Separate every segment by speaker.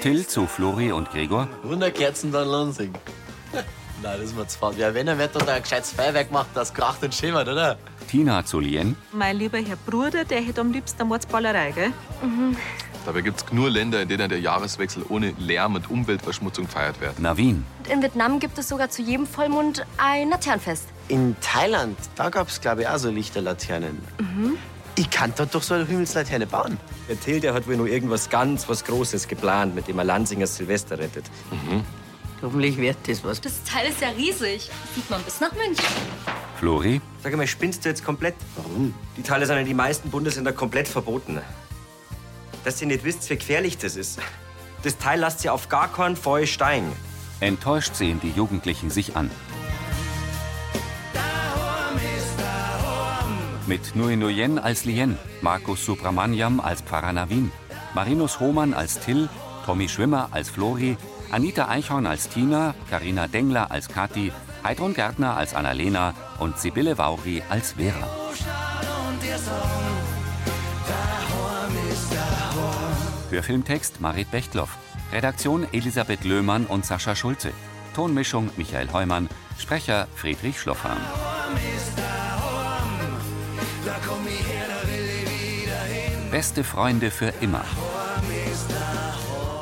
Speaker 1: Till zu Flori und Gregor.
Speaker 2: 100 Kerzen dann Lansing. Nein, das ist mir zu fad. Ja, wenn er Wetter da ein gescheites Feuerwerk macht, das kracht und schimmert, oder?
Speaker 1: Tina zu Lien.
Speaker 3: Mein lieber Herr Bruder, der hätte am liebsten eine Mordsballerei, gell?
Speaker 4: Mhm.
Speaker 5: Dabei gibt es nur Länder, in denen der Jahreswechsel ohne Lärm und Umweltverschmutzung feiert wird.
Speaker 1: Navin.
Speaker 6: Und in Vietnam gibt es sogar zu jedem Vollmond ein Laternenfest.
Speaker 2: In Thailand, da gab's glaube ich, auch so Lichterlaternen.
Speaker 6: Mhm.
Speaker 2: Ich kann dort doch so eine Himmelslaterne bauen.
Speaker 7: Der Till, der hat wohl noch irgendwas ganz was Großes geplant, mit dem er Lansinger Silvester rettet.
Speaker 2: Mhm.
Speaker 8: Hoffentlich wird das was.
Speaker 6: Das Teil ist ja riesig. Sieht man bis nach München.
Speaker 1: Flori.
Speaker 7: Sag mal, spinnst du jetzt komplett? Warum? Die Teile sind in den meisten Bundesländern komplett verboten. Dass ihr nicht wisst, wie gefährlich das ist. Das Teil lasst ihr auf gar keinen Fall steigen.
Speaker 1: Enttäuscht sehen die Jugendlichen sich an. Mit Nui Nguyen als Lien, Markus Subramaniam als Pfarrer Navin, Marinus Hohmann als Till, Tommy Schwimmer als Flori, Anita Eichhorn als Tina, Karina Dengler als Kathi, Heidrun Gärtner als Annalena und Sibylle Vauri als Vera. Hörfilmtext Marit Bechtloff. Redaktion Elisabeth Löhmann und Sascha Schulze. Tonmischung Michael Heumann. Sprecher Friedrich Schloffham. Beste Freunde für immer.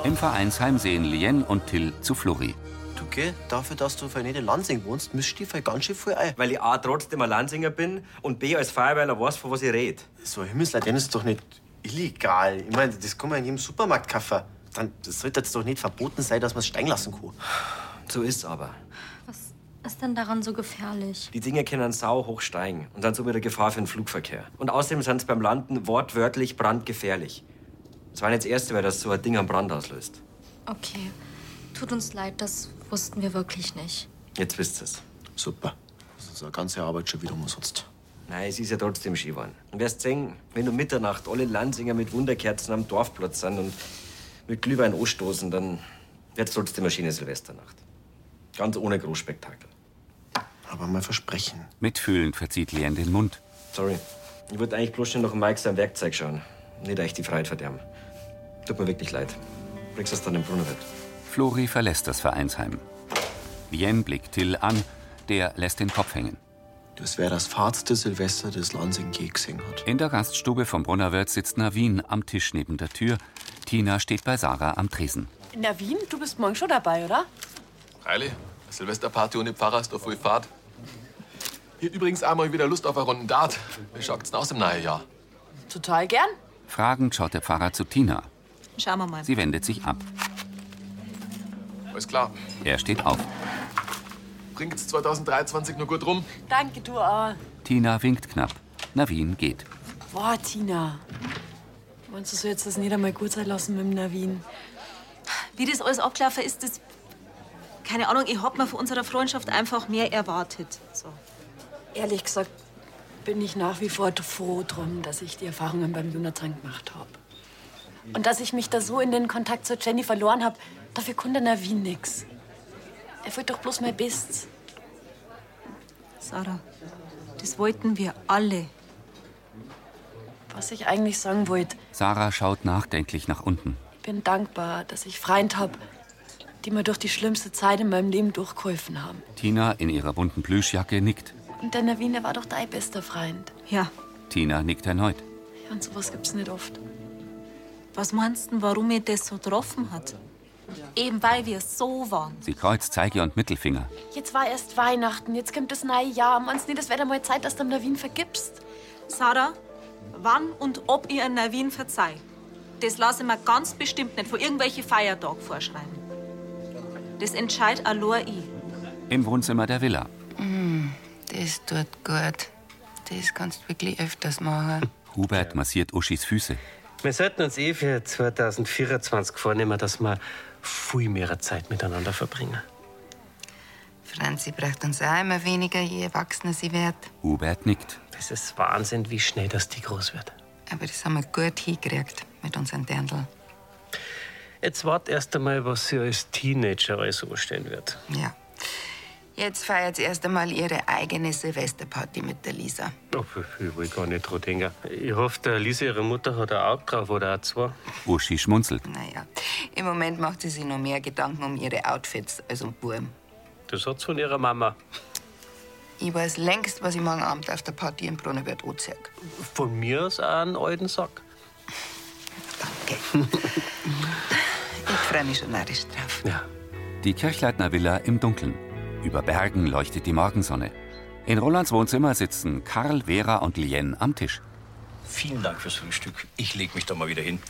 Speaker 1: Im Vereinsheim sehen Lien und Till zu Flori.
Speaker 2: Du geh, dafür, dass du voll nicht in Lansing wohnst, müsst du voll ganz schön viel ein.
Speaker 7: Weil ich A. trotzdem ein Lansinger bin und B. als Feuerwehrler weiß, von was ich rede.
Speaker 2: So eine Himmelslaterne ist doch nicht illegal. Ich meine, das kann man in jedem Supermarkt kaufen. Dann das sollte jetzt doch nicht verboten sein, dass man es steigen lassen kann.
Speaker 7: So ist aber.
Speaker 6: Was ist denn daran so gefährlich?
Speaker 7: Die Dinger können sau hoch steigen und sind somit eine Gefahr für den Flugverkehr. Und außerdem sind sie beim Landen wortwörtlich brandgefährlich. Das war nicht das erste Mal, dass so ein Ding einen Brand auslöst.
Speaker 6: Okay, tut uns leid, das wussten wir wirklich nicht.
Speaker 7: Jetzt wisst ihr's.
Speaker 2: Super. Das ist eine ganze Arbeit schon wieder umsonst.
Speaker 7: Nein, es ist ja trotzdem Skifahren. Und wirst sehen, wenn um Mitternacht alle Lansinger mit Wunderkerzen am Dorfplatz sind und mit Glühwein anstoßen, dann wird's trotzdem eine schöne Silvesternacht. Ganz ohne Großspektakel.
Speaker 2: Aber mein Versprechen.
Speaker 1: Mitfühlend verzieht Lien den Mund.
Speaker 7: Sorry. Ich wollte eigentlich bloß schon nach dem Mike sein Werkzeug schauen. Nicht euch die Freiheit verderben. Tut mir wirklich leid. Bringst das dann im Brunnenwirt.
Speaker 1: Flori verlässt das Vereinsheim. Lien blickt Till an, der lässt den Kopf hängen.
Speaker 2: Das wäre das fadste Silvester, das Lansing je gesehen hat.
Speaker 1: In der Gaststube vom Brunnerwirt sitzt Navin am Tisch neben der Tür. Tina steht bei Sarah am Tresen.
Speaker 4: Navin, du bist morgen schon dabei, oder?
Speaker 5: Heilig, Silvesterparty ohne Pfarrer ist auf wohl Fahrt. Hier übrigens einmal wieder Lust auf einen runden Dart. Wie schaut's denn aus im neuen Jahr?
Speaker 4: Total gern.
Speaker 1: Fragend schaut der Pfarrer zu Tina.
Speaker 3: Schauen wir mal.
Speaker 1: Sie wendet sich ab.
Speaker 5: Alles klar.
Speaker 1: Er steht auf.
Speaker 5: Bringt's 2023 nur gut rum?
Speaker 4: Danke, du äh, auch.
Speaker 1: Tina winkt knapp. Navin geht.
Speaker 4: Boah, Tina. Meinst du, so jetzt das nicht einmal gut sein lassen mit dem Navin?
Speaker 3: Wie das alles abgelaufen ist, das. Keine Ahnung, ich hab mir von unserer Freundschaft einfach mehr erwartet. So.
Speaker 4: Ehrlich gesagt bin ich nach wie vor froh drum, dass ich die Erfahrungen beim Jonathan gemacht habe. Und dass ich mich da so in den Kontakt zur Jenny verloren habe, dafür konnte Navin nix. Er wird doch bloß mein Bestes.
Speaker 3: Sarah, das wollten wir alle.
Speaker 4: Was ich eigentlich sagen wollte,
Speaker 1: Sarah schaut nachdenklich nach unten.
Speaker 4: ich bin dankbar, dass ich Freund habe, die mir durch die schlimmste Zeit in meinem Leben durchgeholfen haben.
Speaker 1: Tina in ihrer bunten Plüschjacke nickt.
Speaker 4: Und der Navin, der war doch dein bester Freund.
Speaker 3: Ja,
Speaker 1: Tina nickt erneut.
Speaker 4: Ja, und sowas gibt's nicht oft.
Speaker 3: was meinst du, warum mir das so getroffen hat? Eben weil wir so waren.
Speaker 1: Sie kreuzt Zeige und Mittelfinger.
Speaker 4: Jetzt war erst Weihnachten, jetzt kommt das neue Jahr. Meinst du nicht, es wäre mal Zeit, dass du dem Navin vergibst?
Speaker 3: Sarah, wann und ob ich an Navin verzeih? Das lasse ich mir ganz bestimmt nicht von irgendwelchen Feiertagen vorschreiben. Das entscheidet allein ich.
Speaker 1: Im Wohnzimmer der Villa.
Speaker 8: Mm, Das tut gut. Das kannst du wirklich öfters machen.
Speaker 1: Hubert massiert Uschis Füße.
Speaker 9: Wir sollten uns eh für 2024 vornehmen, dass wir viel mehr Zeit miteinander verbringen.
Speaker 8: Franzi braucht uns auch immer weniger, je erwachsener sie wird.
Speaker 1: Hubert nickt.
Speaker 9: Das ist Wahnsinn, wie schnell das die groß wird.
Speaker 8: Aber das haben wir gut hingekriegt mit unserem Dirndl.
Speaker 9: Jetzt wart erst einmal, was sie als Teenager alles anstellen wird.
Speaker 8: Ja. Jetzt feiert sie erst einmal ihre eigene Silvesterparty mit der Lisa.
Speaker 9: Oh, ich will gar nicht dran denken. Ich hoffe, der Lise, ihre Mutter, hat ein Auge drauf oder auch zwei.
Speaker 1: Uschi schmunzelt.
Speaker 8: Naja, Im Moment macht sie sich noch mehr Gedanken um ihre Outfits als um Wurm.
Speaker 9: Das hat's von ihrer Mama.
Speaker 8: Ich weiß längst, was ich morgen Abend auf der Party in Brunnerwirt anziehe.
Speaker 9: Von mir aus auch einen alten Sack.
Speaker 8: Ich freue mich schon narrisch drauf.
Speaker 1: Die Kirchleitner Villa im Dunkeln. Über Bergen leuchtet die Morgensonne. In Rolands Wohnzimmer sitzen Karl, Vera und Lien am Tisch.
Speaker 10: Vielen Dank fürs Frühstück. Ich leg mich da mal wieder hin.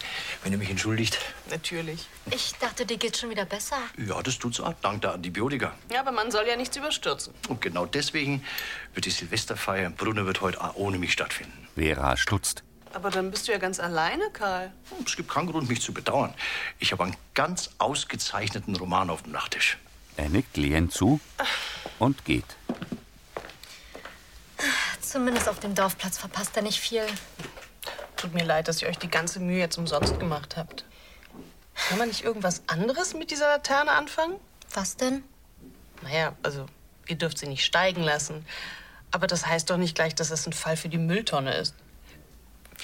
Speaker 10: Wenn ihr mich entschuldigt.
Speaker 11: Natürlich.
Speaker 6: Ich dachte, dir geht's schon wieder besser.
Speaker 10: Ja, das tut's auch. Dank der Antibiotika.
Speaker 11: Ja, aber man soll ja nichts überstürzen.
Speaker 10: Und genau deswegen wird die Silvesterfeier im Brunner wird heute auch ohne mich stattfinden.
Speaker 1: Vera stutzt.
Speaker 11: Aber dann bist du ja ganz alleine, Karl.
Speaker 10: Es gibt keinen Grund, mich zu bedauern. Ich habe einen ganz ausgezeichneten Roman auf dem Nachttisch.
Speaker 1: Er nickt Lien zu und geht.
Speaker 6: Zumindest auf dem Dorfplatz verpasst er nicht viel.
Speaker 11: Tut mir leid, dass ihr euch die ganze Mühe jetzt umsonst gemacht habt. Kann man nicht irgendwas anderes mit dieser Laterne anfangen?
Speaker 6: Was denn?
Speaker 11: Naja, also, ihr dürft sie nicht steigen lassen. Aber das heißt doch nicht gleich, dass es ein Fall für die Mülltonne ist.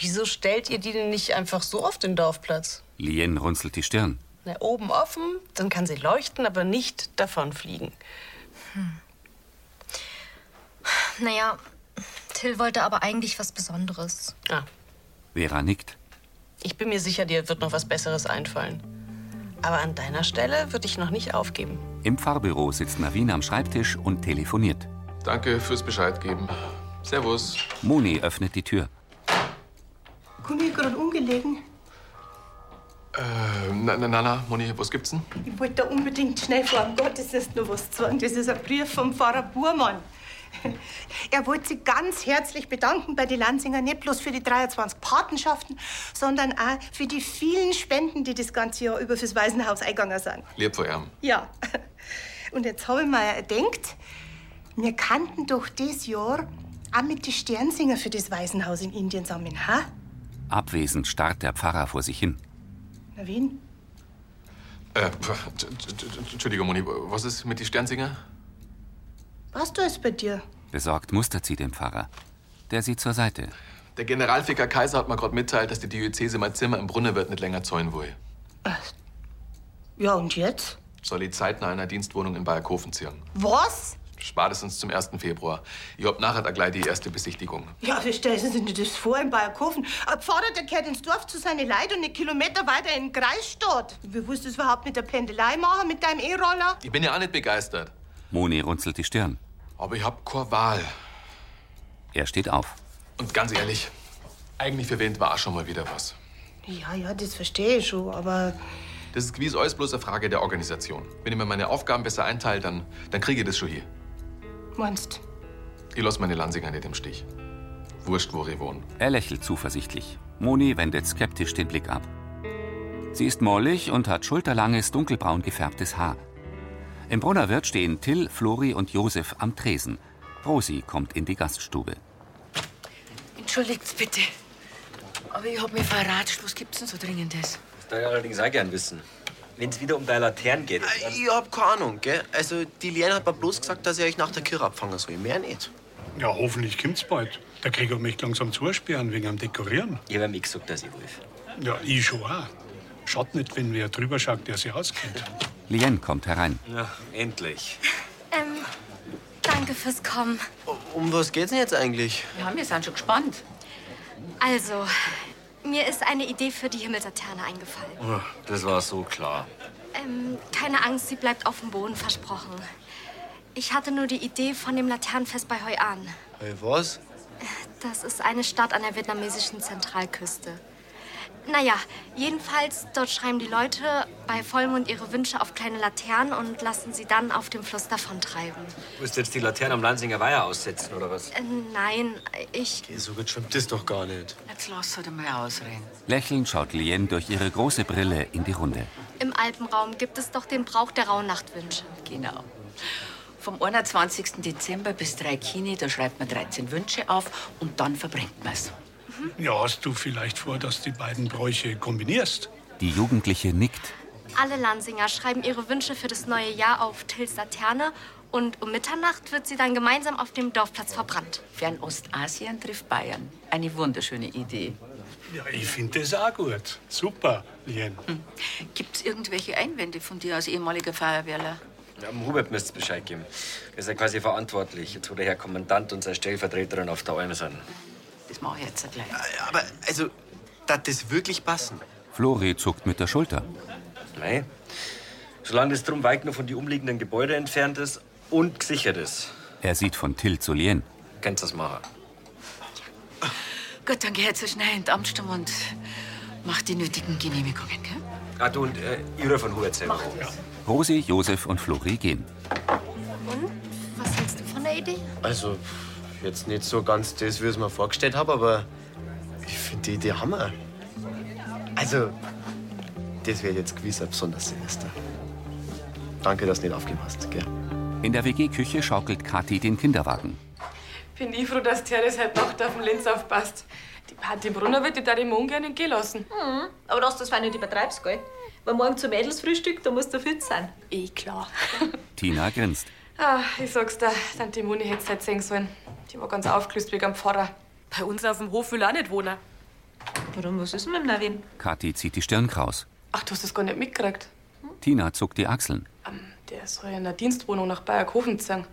Speaker 11: Wieso stellt ihr die denn nicht einfach so auf den Dorfplatz?
Speaker 1: Lien runzelt die Stirn.
Speaker 11: Na, oben offen, dann kann sie leuchten, aber nicht davonfliegen.
Speaker 6: Naja, Till wollte aber eigentlich was Besonderes.
Speaker 11: Ah,
Speaker 1: Vera nickt.
Speaker 11: Ich bin mir sicher, dir wird noch was Besseres einfallen. Aber an deiner Stelle würde ich noch nicht aufgeben.
Speaker 1: Im Fahrbüro sitzt Navin am Schreibtisch und telefoniert.
Speaker 5: Danke fürs Bescheid geben. Servus.
Speaker 1: Moni öffnet die Tür.
Speaker 12: Komm mir gerade ungelegen.
Speaker 5: Äh, na, na, na, na, Moni, was gibt's denn?
Speaker 12: Ich wollte da unbedingt schnell vor dem Gottesdienst noch was sagen. Das ist ein Brief vom Pfarrer Burmann. Er wollte sich ganz herzlich bedanken bei den Lanzinger, nicht bloß für die 23 Patenschaften, sondern auch für die vielen Spenden, die das ganze Jahr über fürs Waisenhaus eingegangen sind.
Speaker 5: Lieb vor ihm.
Speaker 12: Ja. Und jetzt habe ich mir gedacht, wir kannten doch dieses Jahr auch mit den Sternsinger für das Waisenhaus in Indien sammeln, ha?
Speaker 1: Abwesend starrt der Pfarrer vor sich hin.
Speaker 12: Na, wen?
Speaker 5: Äh, pf, t- t- t- Entschuldigung, Moni, was ist mit die Sternsinger?
Speaker 12: Was da ist bei dir?
Speaker 1: Besorgt mustert sie den Pfarrer. Der sieht zur Seite.
Speaker 5: Der Generalvikar Kaiser hat mir gerade mitteilt, dass die Diözese mein Zimmer im Brunnerwirt nicht länger zäunen will.
Speaker 12: Äh, Ja, und jetzt?
Speaker 5: Soll ich zeitnah in einer Dienstwohnung in Bayerkofen ziehen.
Speaker 12: Was?
Speaker 5: Spätestens zum 1. Februar. Ich hab nachher da gleich die erste Besichtigung.
Speaker 12: Ja, wie stellen Sie sich das vor in Bayerkofen? Ein Pfarrer, der kehrt ins Dorf zu seinen Leuten und einen Kilometer weiter in den Kreisstadt. Wie willst du das überhaupt mit der Pendelei machen, mit deinem E-Roller?
Speaker 5: Ich bin ja auch nicht begeistert.
Speaker 1: Moni runzelt die Stirn.
Speaker 5: Aber ich hab keine Wahl.
Speaker 1: Er steht auf.
Speaker 5: Und ganz ehrlich, eigentlich für wen war auch schon mal wieder was.
Speaker 12: Ja, ja, das verstehe ich schon, aber
Speaker 5: Das ist gewiss alles bloß eine Frage der Organisation. Wenn ich mir meine Aufgaben besser einteile, dann, dann kriege ich das schon hier.
Speaker 12: meinst
Speaker 5: Ich lasse meine Lansinger nicht im Stich. Wurscht, wo ich wohne.
Speaker 1: Er lächelt zuversichtlich. Moni wendet skeptisch den Blick ab. Sie ist mollig und hat schulterlanges, dunkelbraun gefärbtes Haar. Im Brunnerwirt stehen Till, Flori und Josef am Tresen. Rosi kommt in die Gaststube.
Speaker 13: Entschuldigt bitte. Aber ich hab mich verraten. Was gibt's denn so Dringendes?
Speaker 7: Das darf ich allerdings auch gern wissen. Wenn es wieder um deine Laternen geht. dann-
Speaker 2: Äh, Ich hab keine Ahnung, gell? Also, die Lien hat mir bloß gesagt, dass ich euch nach der Kirche abfangen soll. Mehr nicht.
Speaker 14: Ja, hoffentlich kommt's bald. Der Krieg hat mich langsam zusperren wegen am Dekorieren.
Speaker 7: Ich habe mir gesagt, dass ich wolf.
Speaker 14: Ja, ich schon auch. Schaut nicht, wenn wer drüber schaut, der sich auskennt.
Speaker 1: Lien kommt herein.
Speaker 7: Ja, endlich.
Speaker 6: Ähm, danke fürs Kommen.
Speaker 2: Um was geht's denn jetzt eigentlich?
Speaker 13: Ja, wir sind schon gespannt.
Speaker 6: Also, mir ist eine Idee für die Himmelslaterne eingefallen.
Speaker 7: Oh, Das war so klar.
Speaker 6: Ähm, keine Angst, sie bleibt auf dem Boden versprochen. Ich hatte nur die Idee von dem Laternenfest bei Hoi An.
Speaker 2: Hey, was?
Speaker 6: Das ist eine Stadt an der vietnamesischen Zentralküste. Naja, jedenfalls, dort schreiben die Leute bei Vollmond ihre Wünsche auf kleine Laternen und lassen sie dann auf dem Fluss davontreiben.
Speaker 7: Willst du jetzt die Laternen am Lansinger Weiher aussetzen, oder was?
Speaker 6: Äh, nein, ich.
Speaker 2: So gut schwimmt das doch gar nicht.
Speaker 13: Jetzt lass halt mal ausreden.
Speaker 1: Lächelnd schaut Lien durch ihre große Brille in die Runde.
Speaker 6: Im Alpenraum gibt es doch den Brauch der Rauhnachtwünsche.
Speaker 13: Genau. Vom 21. Dezember bis 3 Kini, da schreibt man 13 Wünsche auf und dann verbrennt man es.
Speaker 14: Ja, hast du vielleicht vor, dass die beiden Bräuche kombinierst?
Speaker 1: Die Jugendliche nickt.
Speaker 6: Alle Lansinger schreiben ihre Wünsche für das neue Jahr auf Tils Laterne und um Mitternacht wird sie dann gemeinsam auf dem Dorfplatz verbrannt.
Speaker 13: Fernostasien trifft Bayern. Eine wunderschöne Idee.
Speaker 14: Ja, ich finde das auch gut. Super, Lien.
Speaker 13: Gibt es irgendwelche Einwände von dir als ehemaliger Feuerwehrler?
Speaker 7: Ja, dem Hubert müsst ihr Bescheid geben. Er ist ja quasi verantwortlich, jetzt wo der Herr Kommandant und seine Stellvertreterin auf der Alm sind.
Speaker 13: Das mache ich jetzt gleich.
Speaker 2: Aber, also, dass das wirklich passen.
Speaker 1: Flori zuckt mit der Schulter.
Speaker 7: Nein. Solange das drum weit nur von den umliegenden Gebäuden entfernt ist und gesichert ist,
Speaker 1: Er sieht von Till zu Lien.
Speaker 7: kannst du das machen.
Speaker 13: Gut, dann geh jetzt so schnell in die Amtsturm und mach die nötigen Genehmigungen, gell?
Speaker 7: Ah, du und äh, Ihre von Hubert selber. Ja.
Speaker 1: Rosi, Josef und Flori gehen.
Speaker 6: Was hältst du von der Idee?
Speaker 15: Also, jetzt nicht so ganz das, wie ich es mir vorgestellt habe, aber ich finde die Idee Hammer. Also, das wäre jetzt gewiss ein besonderes Semester. Danke, dass du nicht aufgegeben hast. Gell?
Speaker 1: In der WG-Küche schaukelt Kathi den Kinderwagen.
Speaker 16: Bin ich froh, dass Teres heute Nacht auf den Lenz aufpasst. Die Party Brunner wird die da immer ungern entgehen lassen.
Speaker 3: Mhm. Aber dass du das nicht übertreibst, gell? Weil morgen zum Mädelsfrühstück, da musst du fit sein.
Speaker 16: Eh klar.
Speaker 1: Tina grinst.
Speaker 16: Ah, ich sag's dir, Tante Moni hätt's halt sehen sollen. Die war ganz aufgelöst wegen am Pfarrer. Bei uns auf dem Hof will er auch nicht wohnen.
Speaker 3: Warum, was ist denn mit dem Navin?
Speaker 1: Kathi zieht die Stirn kraus.
Speaker 16: Ach, du hast das gar nicht mitgekriegt.
Speaker 1: Tina zuckt die Achseln.
Speaker 16: Der soll ja in der Dienstwohnung nach Bayerkofen ziehen.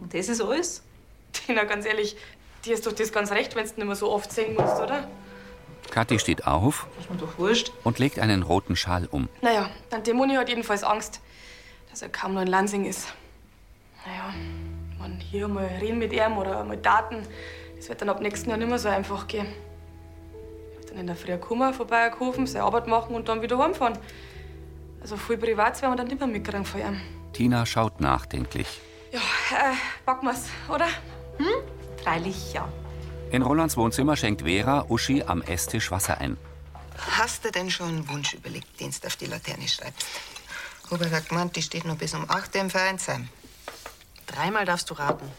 Speaker 3: Und das ist alles?
Speaker 16: Tina, ganz ehrlich, dir ist doch das ganz recht, wenn's nicht mehr so oft sehen musst, oder?
Speaker 1: Kathi steht auf und legt einen roten Schal um.
Speaker 16: Naja, Tante Moni hat jedenfalls Angst, dass er kaum noch in Lansing ist. Naja, man hier mal reden mit ihm oder mal daten, das wird dann ab nächsten Jahr nicht mehr so einfach gehen. Er wird dann in der Früh kommen, vorbei erkaufen, seine Arbeit machen und dann wieder heimfahren. Also viel privat werden wir dann nicht mehr mitkriegen von ihm.
Speaker 1: Tina schaut nachdenklich.
Speaker 16: Ja, äh, packen wir's, oder? Hm? Freilich, ja.
Speaker 1: In Rolands Wohnzimmer schenkt Vera Uschi am Esstisch Wasser ein.
Speaker 8: Hast du denn schon einen Wunsch überlegt, den du auf die Laterne schreibst? Hubert hat gemeint, die steht noch bis um 8 Uhr im Vereinsheim. Dreimal darfst du raten.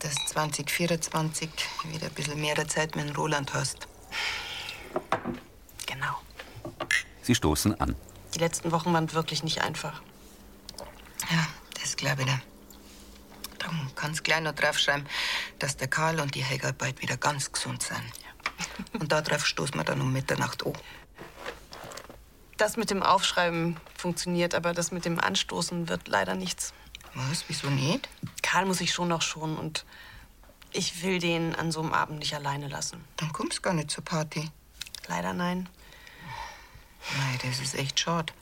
Speaker 8: Dass 2024 wieder ein bisschen mehr Zeit mit dem Roland hast.
Speaker 13: Genau.
Speaker 1: Sie stoßen an.
Speaker 13: Die letzten Wochen waren wirklich nicht einfach.
Speaker 8: Ja, das glaube ich dir. Darum kannst gleich noch draufschreiben, dass der Karl und die Helga bald wieder ganz gesund sind. Und darauf stoßen wir dann um Mitternacht an.
Speaker 13: Das mit dem Aufschreiben funktioniert, aber das mit dem Anstoßen wird leider nichts.
Speaker 8: Was? Wieso nicht?
Speaker 13: Karl muss ich schon noch schonen und ich will den an so einem Abend nicht alleine lassen.
Speaker 8: Dann kommst gar nicht zur Party.
Speaker 13: Leider nein.
Speaker 8: Nein, das ist echt schade.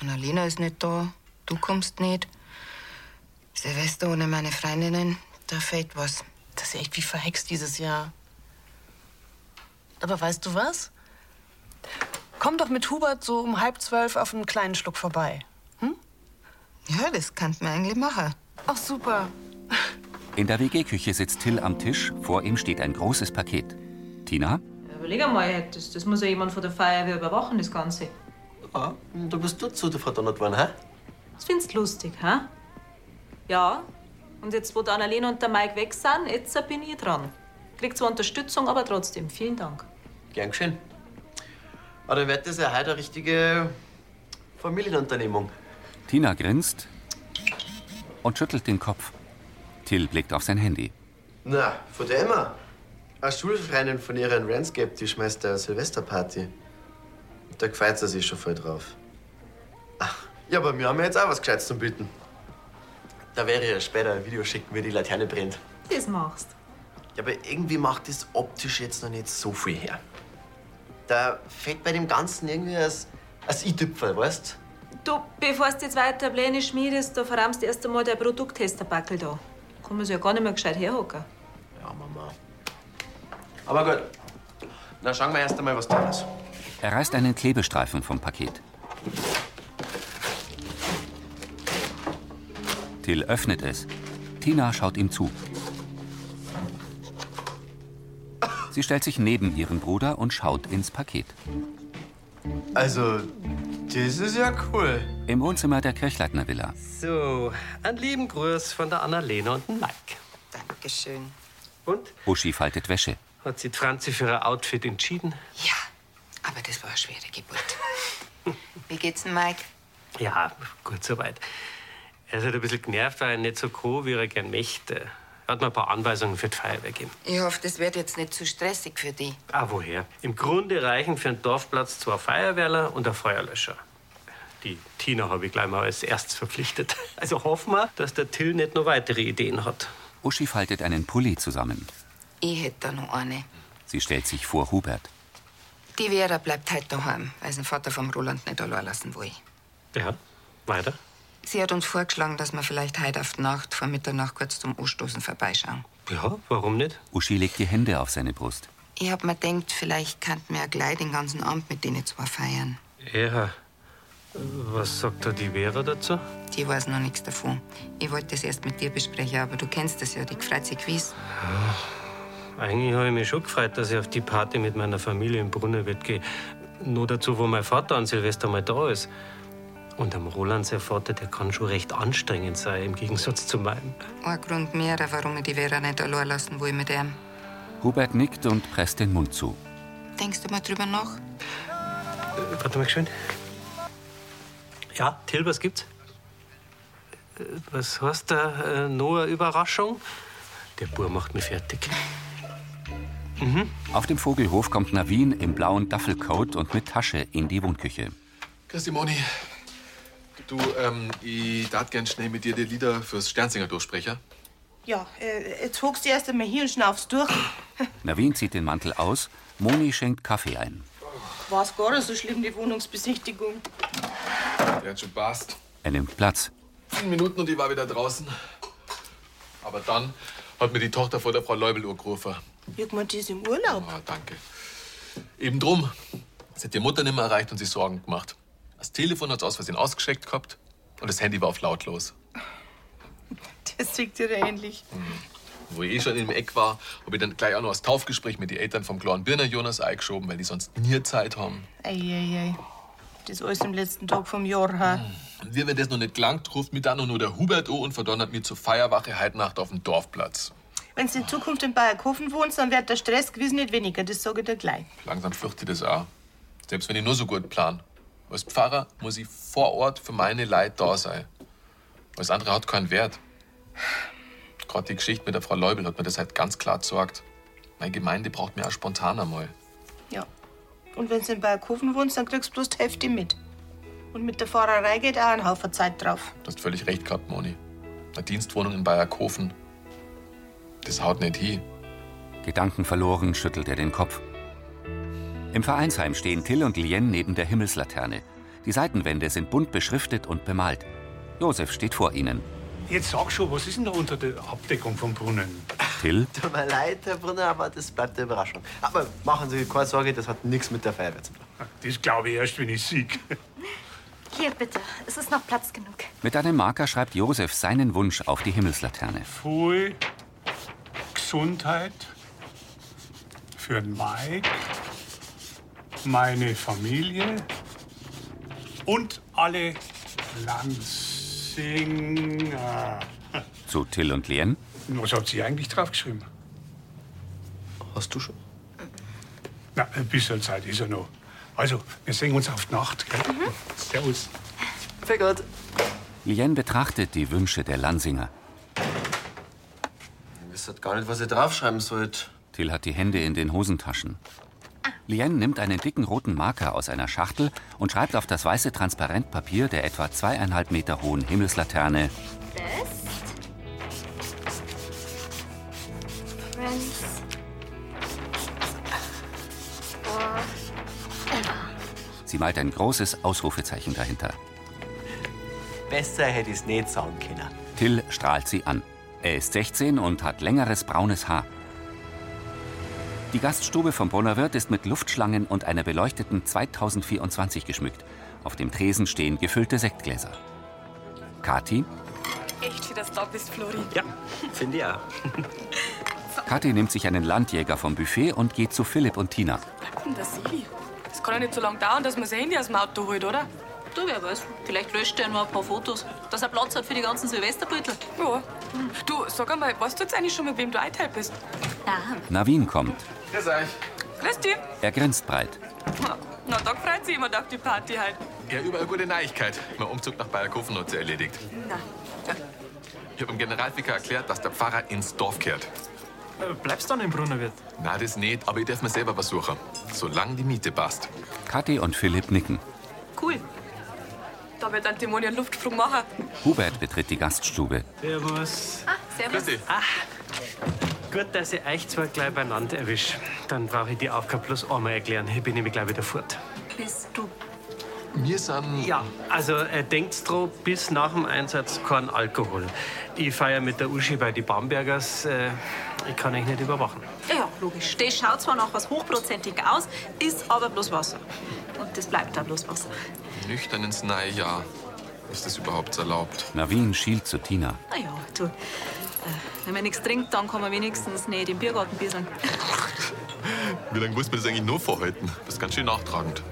Speaker 8: Annalena ist nicht da, du kommst nicht. Silvester ohne meine Freundinnen, da fehlt was.
Speaker 13: Das ist echt wie verhext dieses Jahr. Aber weißt du was? Komm doch mit Hubert so um halb zwölf auf einen kleinen Schluck vorbei. Hm?
Speaker 8: Ja, das kannst man eigentlich machen.
Speaker 13: Ach super.
Speaker 1: In der WG-Küche sitzt Till am Tisch, vor ihm steht ein großes Paket. Tina?
Speaker 3: Überleg einmal, das, das muss ja jemand von der Feuerwehr überwachen, das Ganze.
Speaker 2: Ja, Ah, da bist du zu der verdonnert worden, hä?
Speaker 3: Das findest du lustig, hä? Ja, und jetzt, wo die Annalena und der Mike weg sind, jetzt bin ich dran. Krieg zwar Unterstützung, aber trotzdem, vielen Dank.
Speaker 2: Gern geschehen. Aber dann wird das ja heute eine richtige Familienunternehmung.
Speaker 1: Tina grinst und schüttelt den Kopf. Till blickt auf sein Handy.
Speaker 15: Na, von der Emma. Eine Schulfreundin von ihrer in Ranscape, die schmeißt eine Silvesterparty. Da gefreut sie sich schon voll drauf. Ach, ja, aber wir haben ja jetzt auch was Gescheites zum Bieten.
Speaker 2: Da wäre ich ja später ein Video schicken, wie die Laterne brennt.
Speaker 3: Das machst.
Speaker 2: Ja, aber irgendwie macht das optisch jetzt noch nicht so viel her. Da fehlt bei dem Ganzen irgendwie das, das i-Tüpfel, weißt
Speaker 3: Du, bevor du jetzt weiter Pläne schmiedest, da verrammst du erst einmal der Produkttesterpackel da. Kann man sich ja gar nicht mehr gescheit herhocken.
Speaker 2: Ja, Mama. Aber gut. Na, schauen wir erst einmal, was da ist.
Speaker 1: Er reißt einen Klebestreifen vom Paket. Till öffnet es. Tina schaut ihm zu. Sie stellt sich neben ihren Bruder und schaut ins Paket.
Speaker 15: Also, das ist ja cool.
Speaker 1: Im Wohnzimmer der Kirchleitner Villa.
Speaker 9: So, einen lieben Gruß von der Annalena und dem Mike.
Speaker 8: Dankeschön.
Speaker 9: Und?
Speaker 1: Uschi faltet Wäsche.
Speaker 9: Hat sich die Franzi für ihr Outfit entschieden?
Speaker 8: Aber das war eine schwere Geburt. Wie geht's denn, Mike?
Speaker 9: Ja, gut soweit. Er ist halt ein bisschen genervt, weil er nicht so grob, wie er gern möchte. Er hat mir ein paar Anweisungen für die Feier gegeben.
Speaker 8: Ich hoffe, das wird jetzt nicht zu stressig für dich.
Speaker 9: Ah, woher? Im Grunde reichen für einen Dorfplatz zwei Feuerwehrler und ein Feuerlöscher. Die Tina habe ich gleich mal als erstes verpflichtet. Also hoffen wir, dass der Till nicht noch weitere Ideen hat.
Speaker 1: Uschi faltet einen Pulli zusammen.
Speaker 8: Ich hätte da noch eine.
Speaker 1: Sie stellt sich vor Hubert.
Speaker 8: Die Vera bleibt heute daheim, weil sie den Vater vom Roland nicht allein lassen will.
Speaker 9: Ja, weiter.
Speaker 8: Sie hat uns vorgeschlagen, dass wir vielleicht heute auf die Nacht vor Mitternacht kurz zum Anstoßen vorbeischauen.
Speaker 9: Ja, warum nicht?
Speaker 1: Uschi legt die Hände auf seine Brust.
Speaker 8: Ich hab mir gedacht, vielleicht könnten wir ja gleich den ganzen Abend mit denen zwei feiern.
Speaker 9: Ja. Was sagt da die Vera dazu?
Speaker 8: Die weiß noch nichts davon. Ich wollte das erst mit dir besprechen, aber du kennst das ja, die freut sich gewiss.
Speaker 9: Eigentlich habe ich mich schon gefreut, dass ich auf die Party mit meiner Familie im Brunnenwirt gehe. Nur dazu, wo mein Vater an Silvester mal da ist. Und am Roland, sein Vater, der kann schon recht anstrengend sein, im Gegensatz zu meinem. Äh,
Speaker 8: Ein Grund mehr, warum ich die Vera nicht allein lassen will mit ihm.
Speaker 1: Hubert nickt und presst den Mund zu.
Speaker 8: Denkst du mal drüber nach?
Speaker 9: Äh, Warte mal schön. Ja, Till, was gibt's? Äh, Was hast da? Äh, nur eine Überraschung? Der Bur macht mich fertig.
Speaker 1: Auf dem Vogelhof kommt Navin im blauen Duffelcoat und mit Tasche in die Wohnküche.
Speaker 5: Christi Moni. Du, ähm, ich darf gern schnell mit dir die Lieder fürs Sternsinger durchsprechen.
Speaker 12: Ja, äh, jetzt huckst du erst einmal hier und schnaufst durch.
Speaker 1: Navin zieht den Mantel aus, Moni schenkt Kaffee ein.
Speaker 12: War's gar nicht so schlimm, die Wohnungsbesichtigung.
Speaker 5: Der hat schon passt.
Speaker 1: Er nimmt Platz.
Speaker 5: Zehn Minuten und ich war wieder draußen. Aber dann hat mir die Tochter von der Frau Leubel angerufen.
Speaker 12: Irgendwann ist im Urlaub.
Speaker 5: Ah, danke. Eben drum. Sie hat die Mutter nicht mehr erreicht und sich Sorgen gemacht. Das Telefon hat aus Versehen ausgeschickt gehabt und das Handy war auf lautlos.
Speaker 12: Das sieht dir ähnlich.
Speaker 5: Wo ich eh schon im Eck war, habe ich dann gleich auch noch das Taufgespräch mit den Eltern vom kleinen Birner Jonas eingeschoben, weil die sonst nie Zeit haben.
Speaker 12: Eieiei. Das alles am letzten Tag vom Jahr her.
Speaker 5: Und wir, wenn das noch nicht gelangt, ruft mich dann auch nur der Hubert an und verdonnert mich zur Feierwache heute Nacht auf dem Dorfplatz.
Speaker 12: Wenn du in Zukunft in Bayerkofen wohnst, dann wird der Stress gewiss nicht weniger. Das sage ich dir gleich.
Speaker 5: Langsam fürchte ich das auch. Selbst wenn ich nur so gut plan. Als Pfarrer muss ich vor Ort für meine Leid da sein. Alles andere hat keinen Wert. Gerade die Geschichte mit der Frau Leubel hat mir das halt ganz klar gesorgt. Meine Gemeinde braucht mir auch spontan einmal.
Speaker 12: Ja. Und wenn du in Bayerkofen wohnst, dann kriegst du bloß die Hälfte mit. Und mit der Fahrerei geht auch ein Haufen Zeit drauf.
Speaker 5: Du hast völlig recht gehabt, Moni. Eine Dienstwohnung in Bayerkofen. Das haut nicht hin.
Speaker 1: Gedankenverloren schüttelt er den Kopf. Im Vereinsheim stehen Till und Lien neben der Himmelslaterne. Die Seitenwände sind bunt beschriftet und bemalt. Josef steht vor ihnen.
Speaker 14: Jetzt sag schon, Oh, was ist denn da unter der Abdeckung vom Brunnen?
Speaker 1: Till?
Speaker 2: Tut mir leid, Herr Brunner, aber das bleibt eine Überraschung. Aber machen Sie sich keine Sorge, das hat nichts mit der Feuerwehr zu tun.
Speaker 14: Das glaube ich erst, wenn ich sieg.
Speaker 6: Hier bitte, es ist noch Platz genug.
Speaker 1: Mit einem Marker schreibt Josef seinen Wunsch auf die Himmelslaterne.
Speaker 14: Pfui, Gesundheit für den Mike, meine Familie und alle Lanzinger.
Speaker 1: Zu Till und Lien.
Speaker 14: Was hat sie eigentlich draufgeschrieben?
Speaker 2: Hast du schon?
Speaker 14: Na, ein bisschen Zeit ist ja noch. Also, wir sehen uns auf die Nacht. Gell? Servus.
Speaker 2: Für Gott.
Speaker 1: Lien betrachtet die Wünsche der Lansinger.
Speaker 2: Ihr wisst halt gar nicht, was ihr draufschreiben sollt.
Speaker 1: Till hat die Hände in den Hosentaschen. Lien nimmt einen dicken roten Marker aus einer Schachtel und schreibt auf das weiße Transparentpapier der etwa zweieinhalb Meter hohen Himmelslaterne
Speaker 6: Friends. For
Speaker 1: Sie malt ein großes Ausrufezeichen dahinter.
Speaker 2: Besser hätte ich es nicht sagen können.
Speaker 1: Till strahlt sie an. Er ist 16 und hat längeres braunes Haar. Die Gaststube vom Brunner Wirt ist mit Luftschlangen und einer beleuchteten 2024 geschmückt. Auf dem Tresen stehen gefüllte Sektgläser. Kathi?
Speaker 16: Echt, für das da bist, Flori.
Speaker 7: Ja, finde ich auch.
Speaker 1: Kathi nimmt sich einen Landjäger vom Buffet und geht zu Philipp und Tina.
Speaker 16: Komm, das sehe ich. Das kann ja nicht so lange dauern, dass man sein Handy aus dem Auto holt, oder?
Speaker 3: Du, wer weiß, vielleicht löscht er nur ein paar Fotos, dass er Platz hat für die ganzen Silvesterbeutel.
Speaker 16: Ja. Du, sag einmal, weißt du jetzt eigentlich schon, mit wem du eingeteilt bist? Nein.
Speaker 1: Navin kommt.
Speaker 5: Grüß euch.
Speaker 16: Grüß dich.
Speaker 1: Er grinst breit.
Speaker 16: Na, da freut sich jemand auf die Party halt.
Speaker 5: Ja, überall gute Neuigkeit. Mein Umzug nach Bayerkofen hat sie erledigt.
Speaker 16: Na.
Speaker 5: Ich habe dem Generalvikar erklärt, dass der Pfarrer ins Dorf kehrt.
Speaker 17: Äh, Bleibst dann im Brunnerwirt?
Speaker 5: Na, das nicht, aber ich darf mir selber was suchen. Solange die Miete passt.
Speaker 1: Kathi und Philipp nicken.
Speaker 16: Cool. Da wird Antimonian Luftflug machen.
Speaker 1: Hubert betritt die Gaststube.
Speaker 9: Servus.
Speaker 16: Ah, servus.
Speaker 9: Ah, gut, dass ich euch zwei gleich beieinander erwische. Dann brauche ich die Aufgabe bloß einmal erklären. Ich bin nämlich gleich wieder fort.
Speaker 4: Bist du
Speaker 5: Wir sind.
Speaker 9: Ja, also äh, denkt's dran, bis nach dem Einsatz kein Alkohol. Ich feiere mit der Uschi bei die Bambergers. Äh, ich kann euch nicht überwachen.
Speaker 3: Ja, logisch. Das schaut zwar nach was hochprozentig aus, ist aber bloß Wasser. Und das bleibt da bloß Wasser.
Speaker 5: Nüchtern ins neue Jahr. Ist das überhaupt erlaubt?
Speaker 1: Navin schielt zu Tina.
Speaker 3: Na ja, du. Äh, wenn man nichts trinkt, dann kann man wenigstens nicht im Biergarten bieseln.
Speaker 5: Wie lange willst du mir das eigentlich nur vorhalten? Das ist ganz schön nachtragend.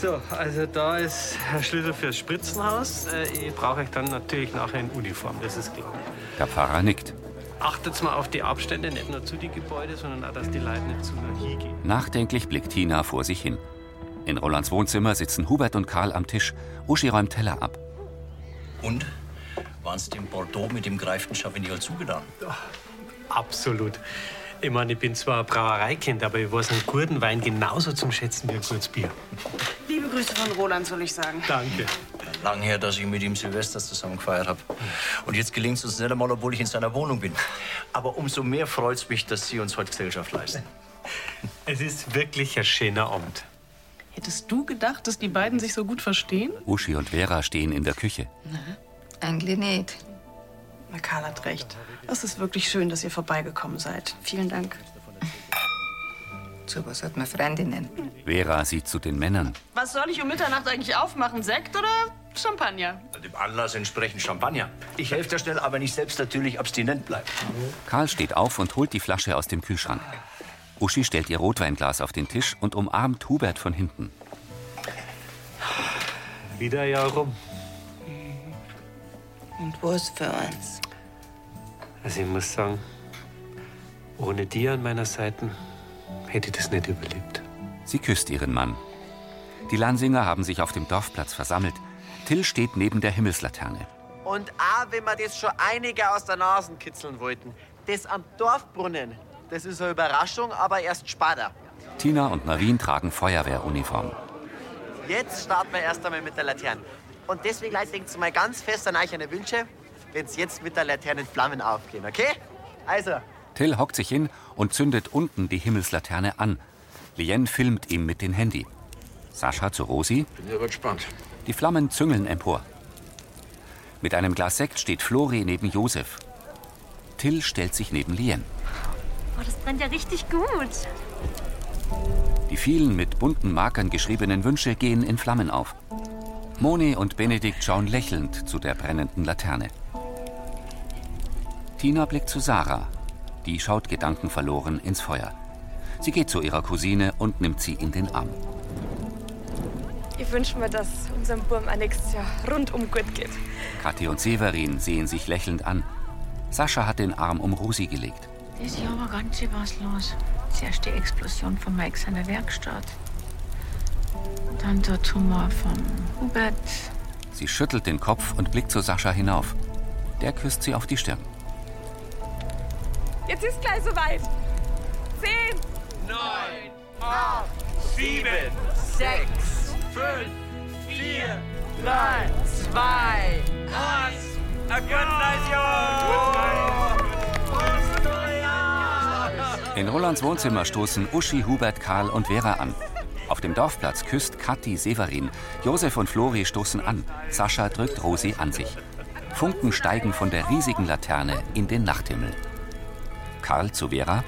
Speaker 9: So, also da ist der Schlüssel fürs Spritzenhaus. Äh, ich brauche euch dann natürlich nachher in Uniform, das ist klar.
Speaker 1: Der Pfarrer nickt.
Speaker 9: Achtet mal auf die Abstände, nicht nur zu den Gebäuden, sondern auch, dass die Leute nicht zu nah hingehen.
Speaker 1: Nachdenklich blickt Tina vor sich hin. In Rolands Wohnzimmer sitzen Hubert und Karl am Tisch. Uschi räumt Teller ab.
Speaker 18: Und? Waren Sie dem Bordeaux mit dem gereiften Champignon zugetan?
Speaker 9: Absolut. Ich meine, ich bin zwar ein Brauereikind, aber ich weiß einen guten Wein genauso zum Schätzen wie ein gutes Bier.
Speaker 19: Liebe Grüße von Roland, soll ich sagen.
Speaker 9: Danke.
Speaker 18: Lang her, dass ich mit ihm Silvesters zusammen gefeiert habe. Und jetzt gelingt es uns nicht einmal, obwohl ich in seiner Wohnung bin. Aber umso mehr freut es mich, dass Sie uns heute Gesellschaft leisten.
Speaker 9: Es ist wirklich ein schöner Abend.
Speaker 11: Hättest du gedacht, dass die beiden sich so gut verstehen?
Speaker 1: Uschi und Vera stehen in der Küche.
Speaker 19: Eigentlich nicht. Na, Karl hat recht. Es ist wirklich schön, dass ihr vorbeigekommen seid. Vielen Dank.
Speaker 8: So was hat man Freundinnen.
Speaker 1: Vera sieht zu den Männern.
Speaker 11: Was soll ich um Mitternacht eigentlich aufmachen? Sekt oder Champagner?
Speaker 18: Dem Anlass entsprechend Champagner. Ich helfe da schnell, aber nicht selbst natürlich abstinent bleiben.
Speaker 1: Karl steht auf und holt die Flasche aus dem Kühlschrank. Uschi stellt ihr Rotweinglas auf den Tisch und umarmt Hubert von hinten.
Speaker 9: Wieder ja rum.
Speaker 8: Und was für eins?
Speaker 9: Also ich muss sagen, ohne die an meiner Seite hätte ich das nicht überlebt.
Speaker 1: Sie küsst ihren Mann. Die Lansinger haben sich auf dem Dorfplatz versammelt. Till steht neben der Himmelslaterne.
Speaker 20: Und auch wenn wir das schon einige aus der Nase kitzeln wollten, das am Dorfbrunnen, das ist eine Überraschung, aber erst später.
Speaker 1: Tina und Navin tragen Feuerwehruniform.
Speaker 20: Jetzt starten wir erst einmal mit der Laterne. Und deswegen, Leute, denkt mal ganz fest an euch eine Wünsche, wenn's jetzt mit der Laterne in Flammen aufgehen, okay? Also,
Speaker 1: Till hockt sich hin und zündet unten die Himmelslaterne an. Lien filmt ihm mit dem Handy. Sascha zu Rosi.
Speaker 21: Bin ja gespannt.
Speaker 1: Die Flammen züngeln empor. Mit einem Glas Sekt steht Flori neben Josef. Till stellt sich neben Lien.
Speaker 6: Boah, das brennt ja richtig gut.
Speaker 1: Die vielen mit bunten Markern geschriebenen Wünsche gehen in Flammen auf. Moni und Benedikt schauen lächelnd zu der brennenden Laterne. Tina blickt zu Sarah. Die schaut gedankenverloren ins Feuer. Sie geht zu ihrer Cousine und nimmt sie in den Arm.
Speaker 22: Ich wünsche mir, dass unserem Burm auch nächstes Jahr rundum gut geht.
Speaker 1: Kathi und Severin sehen sich lächelnd an. Sascha hat den Arm um Rosi gelegt.
Speaker 13: Das Jahr war ganz schön was los. Zuerst die Explosion von Mike seiner Werkstatt. Dann der Tumor von Hubert.
Speaker 1: Sie schüttelt den Kopf und blickt zu Sascha hinauf. Der küsst sie auf die Stirn.
Speaker 22: Jetzt ist gleich soweit. Zehn.
Speaker 23: neun, acht, sieben, sechs, fünf, vier, drei, zwei, eins. A good night, yo! Frohes Neujahr!
Speaker 1: In Rolands Wohnzimmer stoßen Uschi, Hubert, Karl und Vera an. Auf dem Dorfplatz küsst Kathi Severin. Josef und Flori stoßen an. Sascha drückt Rosi an sich. Funken steigen von der riesigen Laterne in den Nachthimmel. Karl zu Vera.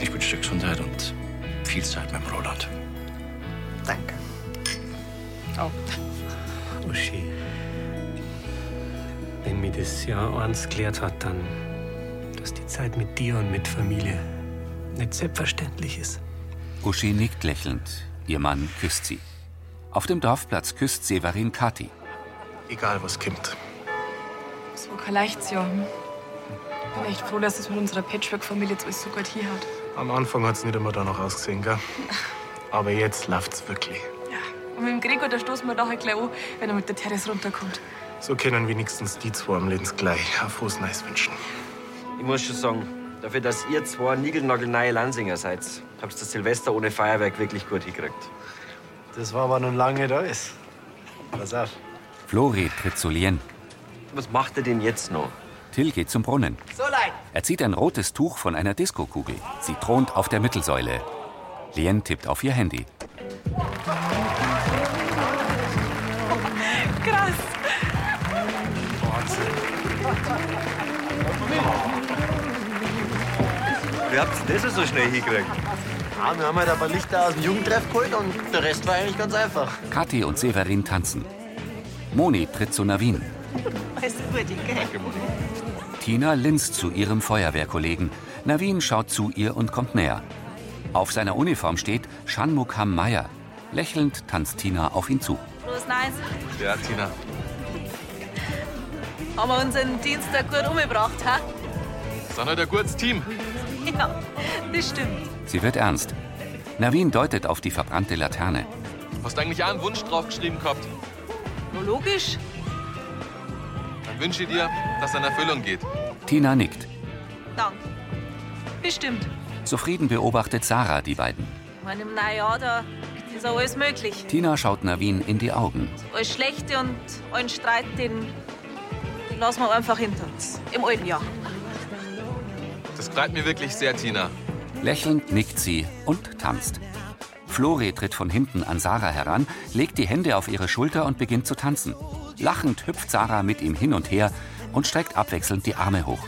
Speaker 18: Ich wünsche dir Gesundheit und viel Zeit mit dem Roland.
Speaker 8: Danke.
Speaker 9: Oh. Uschi, wenn mir das Jahr eins gelehrt hat, dann, dass die Zeit mit dir und mit Familie nicht selbstverständlich ist.
Speaker 1: Uschi nickt lächelnd. Ihr Mann küsst sie. Auf dem Dorfplatz küsst Severin Kathi.
Speaker 21: Egal was kommt.
Speaker 16: Das war kein leichtes Jahr. Hm? Ich bin echt froh, dass es mit unserer Patchwork-Familie jetzt alles so gut hier hat.
Speaker 21: Am Anfang hat es nicht immer danach ausgesehen, gell? Aber jetzt läuft's wirklich.
Speaker 16: Und mit dem Gregor, da stoßen wir nachher gleich an, wenn er mit der Terrasse runterkommt.
Speaker 21: So können wenigstens die zwei am Lenz gleich ein frohes Neues wünschen.
Speaker 7: Ich muss schon sagen, dafür, dass ihr zwei niegelnagelneue Lansinger seid, habt ihr das Silvester ohne Feuerwerk wirklich gut hingekriegt.
Speaker 24: Das war aber nun lange da ist. Pass auf.
Speaker 1: Flori tritt zu Lien.
Speaker 7: Was macht er denn jetzt noch?
Speaker 1: Till geht zum Brunnen.
Speaker 2: So leid.
Speaker 1: Er zieht ein rotes Tuch von einer Diskokugel. Sie thront auf der Mittelsäule. Lien tippt auf ihr Handy.
Speaker 25: Krass.
Speaker 7: Wie habt ihr das denn so schnell hingekriegt?
Speaker 2: Ja, wir haben halt ein paar Lichter aus dem Jugendtreff geholt und der Rest war eigentlich ganz einfach.
Speaker 1: Kathi und Severin tanzen. Moni tritt zu Navin.
Speaker 26: Alles gut, gell?
Speaker 1: Tina linst zu ihrem Feuerwehrkollegen. Navin schaut zu ihr und kommt näher. Auf seiner Uniform steht Shanmukham Meyer. Lächelnd tanzt Tina auf ihn zu.
Speaker 3: Bloß nice.
Speaker 5: Ja, Tina.
Speaker 3: Haben wir unseren Dienstag gut umgebracht, ha?
Speaker 5: Sind halt ein gutes Team.
Speaker 3: Ja, das stimmt.
Speaker 1: Sie wird ernst. Navin deutet auf die verbrannte Laterne.
Speaker 5: Hast eigentlich auch einen Wunsch draufgeschrieben gehabt?
Speaker 3: Nur logisch.
Speaker 5: Dann wünsche ich dir, dass er in Erfüllung geht.
Speaker 1: Tina nickt.
Speaker 3: Dank. Bestimmt.
Speaker 1: Zufrieden beobachtet Sarah die beiden.
Speaker 3: Ich meine, im Neujahr, da ist auch alles möglich.
Speaker 1: Tina schaut Navin in die Augen.
Speaker 3: Alles Schlechte und allen Streit, den, den lassen wir einfach hinter uns. Im alten Jahr.
Speaker 5: Das freut mir wirklich sehr, Tina.
Speaker 1: Lächelnd nickt sie und tanzt. Flori tritt von hinten an Sarah heran, legt die Hände auf ihre Schulter und beginnt zu tanzen. Lachend hüpft Sarah mit ihm hin und her und streckt abwechselnd die Arme hoch.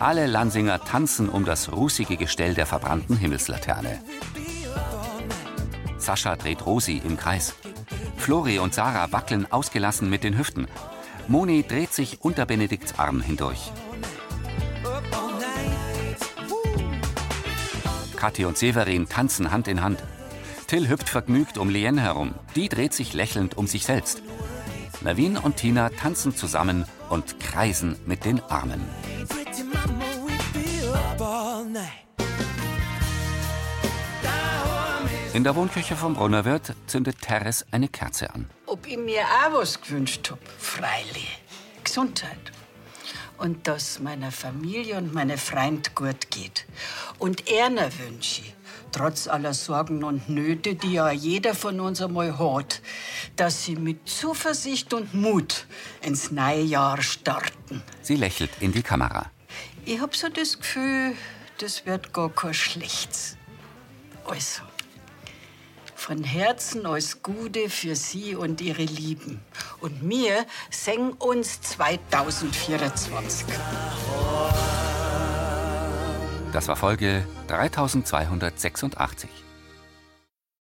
Speaker 1: Alle Lansinger tanzen um das rußige Gestell der verbrannten Himmelslaterne. Sascha dreht Rosi im Kreis. Flori und Sarah wackeln ausgelassen mit den Hüften. Moni dreht sich unter Benedikts Arm hindurch. Kathi und Severin tanzen Hand in Hand. Till hüpft vergnügt um Lien herum. Die dreht sich lächelnd um sich selbst. Navin und Tina tanzen zusammen und kreisen mit den Armen.
Speaker 26: Pretty mama, we be up all night.
Speaker 1: In der Wohnküche vom Brunnerwirt zündet Teres eine Kerze an.
Speaker 27: Ob ich mir auch was gewünscht hab, freilich. Gesundheit. Und dass meiner Familie und meinem Freund gut geht. Und Erna wünsche ich, trotz aller Sorgen und Nöte, die ja jeder von uns einmal hat, dass sie mit Zuversicht und Mut ins neue Jahr starten.
Speaker 1: Sie lächelt in die Kamera.
Speaker 27: Ich hab so das Gefühl, das wird gar kein Schlechtes. Also, von Herzen alles Gute für Sie und Ihre Lieben. Und mir singen uns 2024.
Speaker 1: Das war Folge 3286.